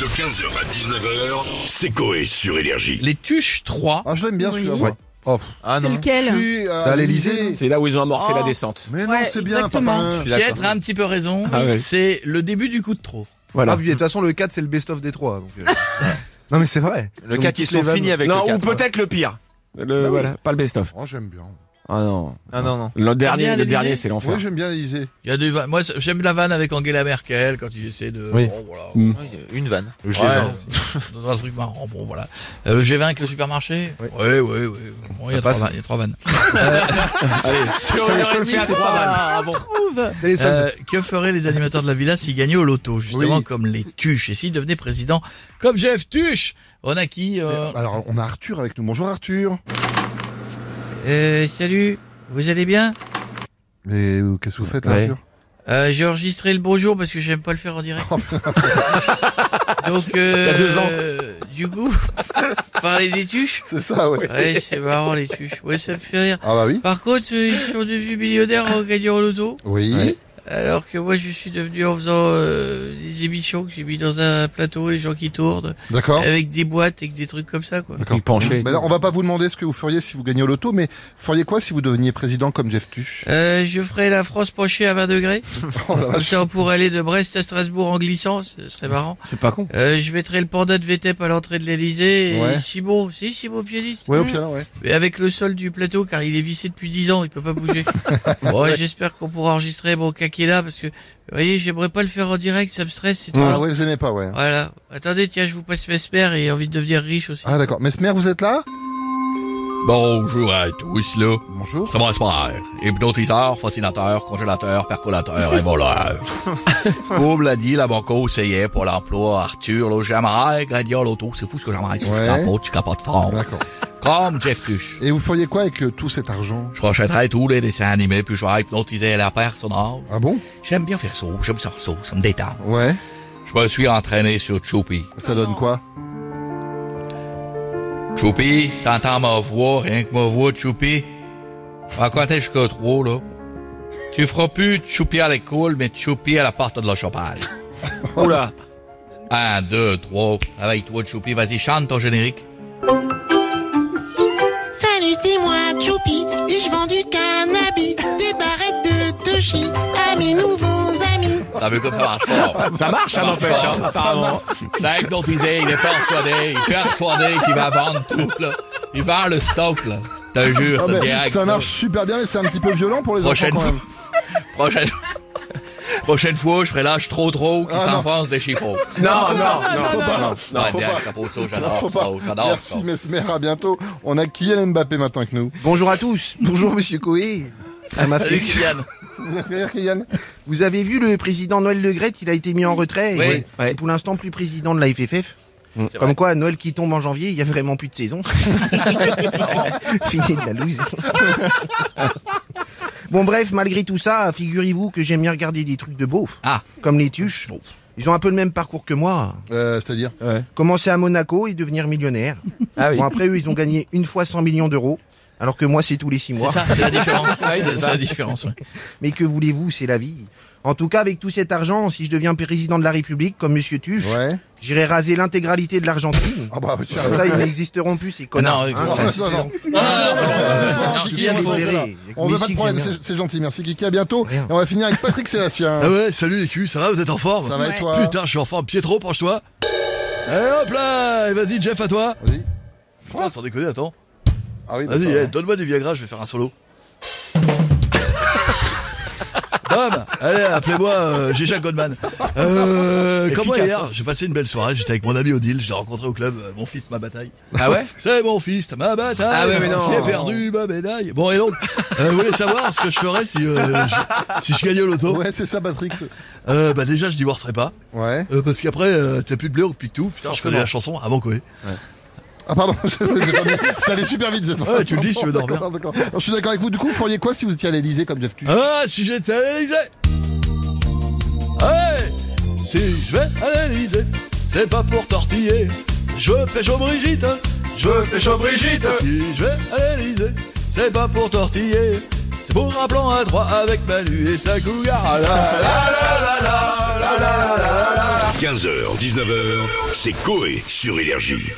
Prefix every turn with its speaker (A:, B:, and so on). A: De 15h à 19h, c'est Coé sur Énergie.
B: Les Tuches 3.
C: Ah, je l'aime bien
D: Oui.
C: celui-là. moi. Oh,
E: Ah
D: C'est
E: non.
D: lequel
C: Si, euh,
E: C'est à l'Elysée.
C: l'Élysée. Ah,
E: C'est là où ils ont amorcé
D: Oh.
E: la descente.
C: Mais non,
D: Ouais,
C: c'est bien,
D: exactement.
C: papa.
E: Je suis d'accord.
B: Pietre a un petit peu raison.
E: Ah ouais.
B: C'est le début du coup de trop.
C: Ah,
E: Voilà.
C: oui, et de toute façon, le 4, c'est le best-of des 3. donc, euh, Non, mais c'est vrai.
E: Le
C: Ils ont
E: 4,
C: mis
E: ils
C: toutes les
E: sont
C: vannes.
E: finis avec
C: le
E: non, ou
C: quatre, hein.
E: peut-être le pire. Le,
C: Bah oui.
E: voilà, pas le best-of.
C: Oh, j'aime bien.
E: Ah non. Ah non, non. Le
B: bien
E: dernier, le
B: l'Élysée
E: dernier, c'est l'enfer.
C: Oui, j'aime bien l'Elysée.
B: Il y a des vannes- Moi, j'aime la vanne avec Angela Merkel quand il essaie de.
C: Oui.
B: Bon, voilà.
E: Mm. Une vanne. Le
B: Ouais, c'est- dans un truc marrant. Bon, voilà. Euh, le G20 avec le supermarché.
C: Oui.
B: Oui, oui, oui. Bon, il y a
C: Ça
B: trois
C: passe.
B: vannes. il y a trois vannes.
E: Sur une heure et demie à trois vannes.
D: Trouve.
C: C'est les soldes.
B: Euh, que feraient les animateurs de la villa s'ils gagnaient au loto, justement,
C: Oui.
B: comme les Tuches, et s'ils devenaient président comme Jeff Tuche On a qui euh,
C: Alors, on a Arthur avec nous. Bonjour, Arthur.
B: euh, Salut, vous allez bien
C: Mais euh, qu'est-ce que vous faites, là,
E: Ouais.
C: Arthur
B: Euh, j'ai enregistré le bonjour parce que j'aime pas le faire en direct. Donc, euh,
E: Il y a deux ans.
B: euh, du coup, parler des tuches.
C: C'est ça, ouais.
B: Ouais, c'est marrant les tuches. Ouais, ça me fait rire.
C: Ah, bah oui.
B: Par contre, euh, ils sont devenus millionnaires en gagnant au loto,
C: Oui.
B: alors que moi, je suis devenu en faisant euh, des émissions que j'ai mis dans un plateau, les gens qui tournent,
E: Oh.
C: D'accord.
B: avec des boîtes, avec des trucs comme ça, quoi.
C: D'accord.
E: Il penchait.
C: Mais alors, on va pas vous demander ce que vous feriez si vous gagnez au loto, mais vous feriez quoi si vous deveniez président comme Jeff Tuch
B: Euh, je ferai la France penchée à 20 degrés.
C: Oh,
B: Comme ça, on pourrait aller de Brest à Strasbourg en glissant. Ce serait marrant.
E: C'est pas con.
B: Euh, je mettrai le panda de VTEP à l'entrée de l'Elysée.
C: Ouais.
B: Et Simon, c'est Simon pianiste.
C: Ouais, au piano, ouais.
B: Mais avec le sol du plateau, car il est vissé depuis 10 ans, il peut pas bouger. bon, j'espère qu'on pourra enregistrer mon là parce que, vous voyez, j'aimerais pas le faire en direct, ça me stresse, c'est trop
C: Ah,
B: long.
C: ouais, vous aimez pas, ouais.
B: Voilà. Attendez, tiens, je vous passe Mesmer et envie de devenir riche aussi.
C: Ah, d'accord. Mesmer, vous êtes là
B: Bonjour à tous, là.
C: Bonjour.
B: Ça m'inspire. Hypnotiseur, fascinateur, congélateur, percolateur et voleur. Comme l'a dit la banco, c'est hier pour l'emploi, Arthur, là, j'aimerais gradient l'auto, c'est fou ce que j'aimerais,
C: Ouais.
B: je capote, je capote fort.
C: D'accord.
B: Comme Jeff Tuch.
C: Et vous feriez quoi avec euh, tout cet argent
B: Je rachèterais tous les dessins animés, puis je vais hypnotiser la personnage.
C: Ah bon
B: J'aime bien faire ça, j'aime ça, ça, ça me détend.
C: Ouais.
B: Je me suis entraîné sur Choupi.
C: Ça donne quoi
B: Choupi, t'entends ma voix, rien que ma voix, Choupi. À compter jusqu'à trois, là. Tu feras plus Choupi à l'école, mais Choupi à la porte de la chapelle.
E: Oula.
B: Un, deux, trois. Avec toi, Choupi, vas-y, chante ton générique.
F: Salut, c'est moi, Choupi, et je vends du cannabis, des barrettes de Toshi à mes nouveaux amis.
B: T'as vu comme ça marche fort.
E: Ça marche, ça n'empêche. hein, apparemment.
B: T'as hypnotisé, il est persuadé, il est persuadé qu'il va vendre tout, là. Il vend le stock, là. T'as jure,
C: Ah,
B: c'est
C: ben,
B: direct.
C: Ça marche super bien, mais c'est un petit peu violent pour les
B: Prochaine
C: enfants quand
B: fois.
C: même.
B: Prochaine... Prochaine fois, je ferai l'âge trop trop qui
C: Ah, non.
B: s'enfonce des chiffres.
E: Non, non, non.
C: Ah, Faut pas.
B: Non,
C: faut
B: direct,
C: pas.
B: capote, ça,
C: Non,
B: j'adore
C: faut
B: ça, Oh,
C: pas.
B: j'adore ça.
C: Merci Mesmer, à bientôt. On a Kylian Mbappé maintenant avec nous.
G: Bonjour à tous. Bonjour Monsieur Coé. À ma
B: Salut
G: fille.
B: Kylian.
C: Vous avez rire, Kylian
G: Vous avez vu le président Noël Le Gret, il a été mis en retrait.
B: Oui, Mm.
G: Et
E: ouais.
G: Pour l'instant, plus président de la FFF.
B: C'est vrai.
G: Comme quoi, Noël qui tombe en janvier, il y a vraiment plus de saison. Fini de la loose. bon bref, malgré tout ça, figurez-vous que j'aime bien regarder des trucs de beauf.
B: Ah.
G: Comme les tuches.
H: Oh.
B: Beauf.
G: Ils ont un peu le même parcours que moi.
C: Euh, C'est-à-dire
G: Commencer à Monaco et devenir millionnaire.
E: Ah oui.
G: Bon après, eux, ils ont gagné une fois 100 millions d'euros. Alors que moi, c'est tous les six
B: C'est
G: mois.
B: ça, c'est la différence. c'est la différence. ouais.
G: Mais que voulez-vous, c'est la vie. En tout cas, avec tout cet argent, si je deviens président de la République, comme Monsieur Tuche,
C: Ouais.
G: j'irai raser l'intégralité de l'Argentine.
C: Ah bah tiens.
G: Comme ça, ils n'existeront plus, ces connards.
B: Non,
H: Ah,
B: Ah,
G: hein,
B: non,
G: ça,
C: non,
G: c'est-
C: non.
G: c'est-
B: Non, non, non, non, non, non,
C: Tu viens
G: Kylian
C: de
B: Kylian,
G: est
C: libérer.
G: libéré.
C: On veut
G: Messi
C: pas de
G: qui
C: problème,
G: vient bien.
C: c'est c'est gentil, merci Kiki, à bientôt.
G: Rien.
C: Et on va finir avec Patrick Sébastien.
H: Ah ouais, salut les culs, ça va, vous êtes en forme
C: Ça va et toi
H: Putain, je suis en forme. Pietro, penche-toi. Allez hop là Et Vas-y, Jeff, à toi.
C: Vas-y.
H: Putain, sans déconner, attends.
C: Ah oui,
H: Vas-y,
C: d'accord.
H: eh, donne-moi du Viagra, je vais faire un solo. Bam Allez, appelez-moi euh, G.J. Goldman. Euh, comment
E: Efficace,
H: hier J'ai passé une belle soirée, j'étais avec mon ami Odile, je l'ai rencontré au club, euh, mon fils, ma bataille.
E: Ah ouais
H: C'est mon fils, ma bataille
E: Ah ouais, mais non.
H: J'ai perdu ma médaille Bon, et donc, euh, vous voulez savoir ce que je ferais si, euh, je, si je gagnais au loto
C: Ouais, c'est ça Patrick.
H: euh, Bah déjà, je divorcerais pas.
C: Ouais.
H: Euh, parce qu'après, euh, t'as plus de blé, on te pique tout. Putain, je connais la chanson avant Coé.
C: Ah pardon, je- j'ai pas mis- ça allait super vite cette fois.
H: Ouais, tu le dis, si tu veux dormir.
C: D'accord, d'accord. Alors, Je suis d'accord avec vous. Du coup, vous feriez quoi si vous étiez à l'Elysée comme Jeff Tuch
H: Ah, si j'étais à l'Elysée Ouais Si je vais à l'Elysée, c'est pas pour tortiller. Je veux pécho Brigitte Je veux pécho Brigitte Si je vais à l'Elysée, c'est pas pour tortiller. C'est pour un plan à trois avec Manu et sa cougar. La la la la la la la la la la la la.
A: 15h, 19h, c'est Coé sur Énergie.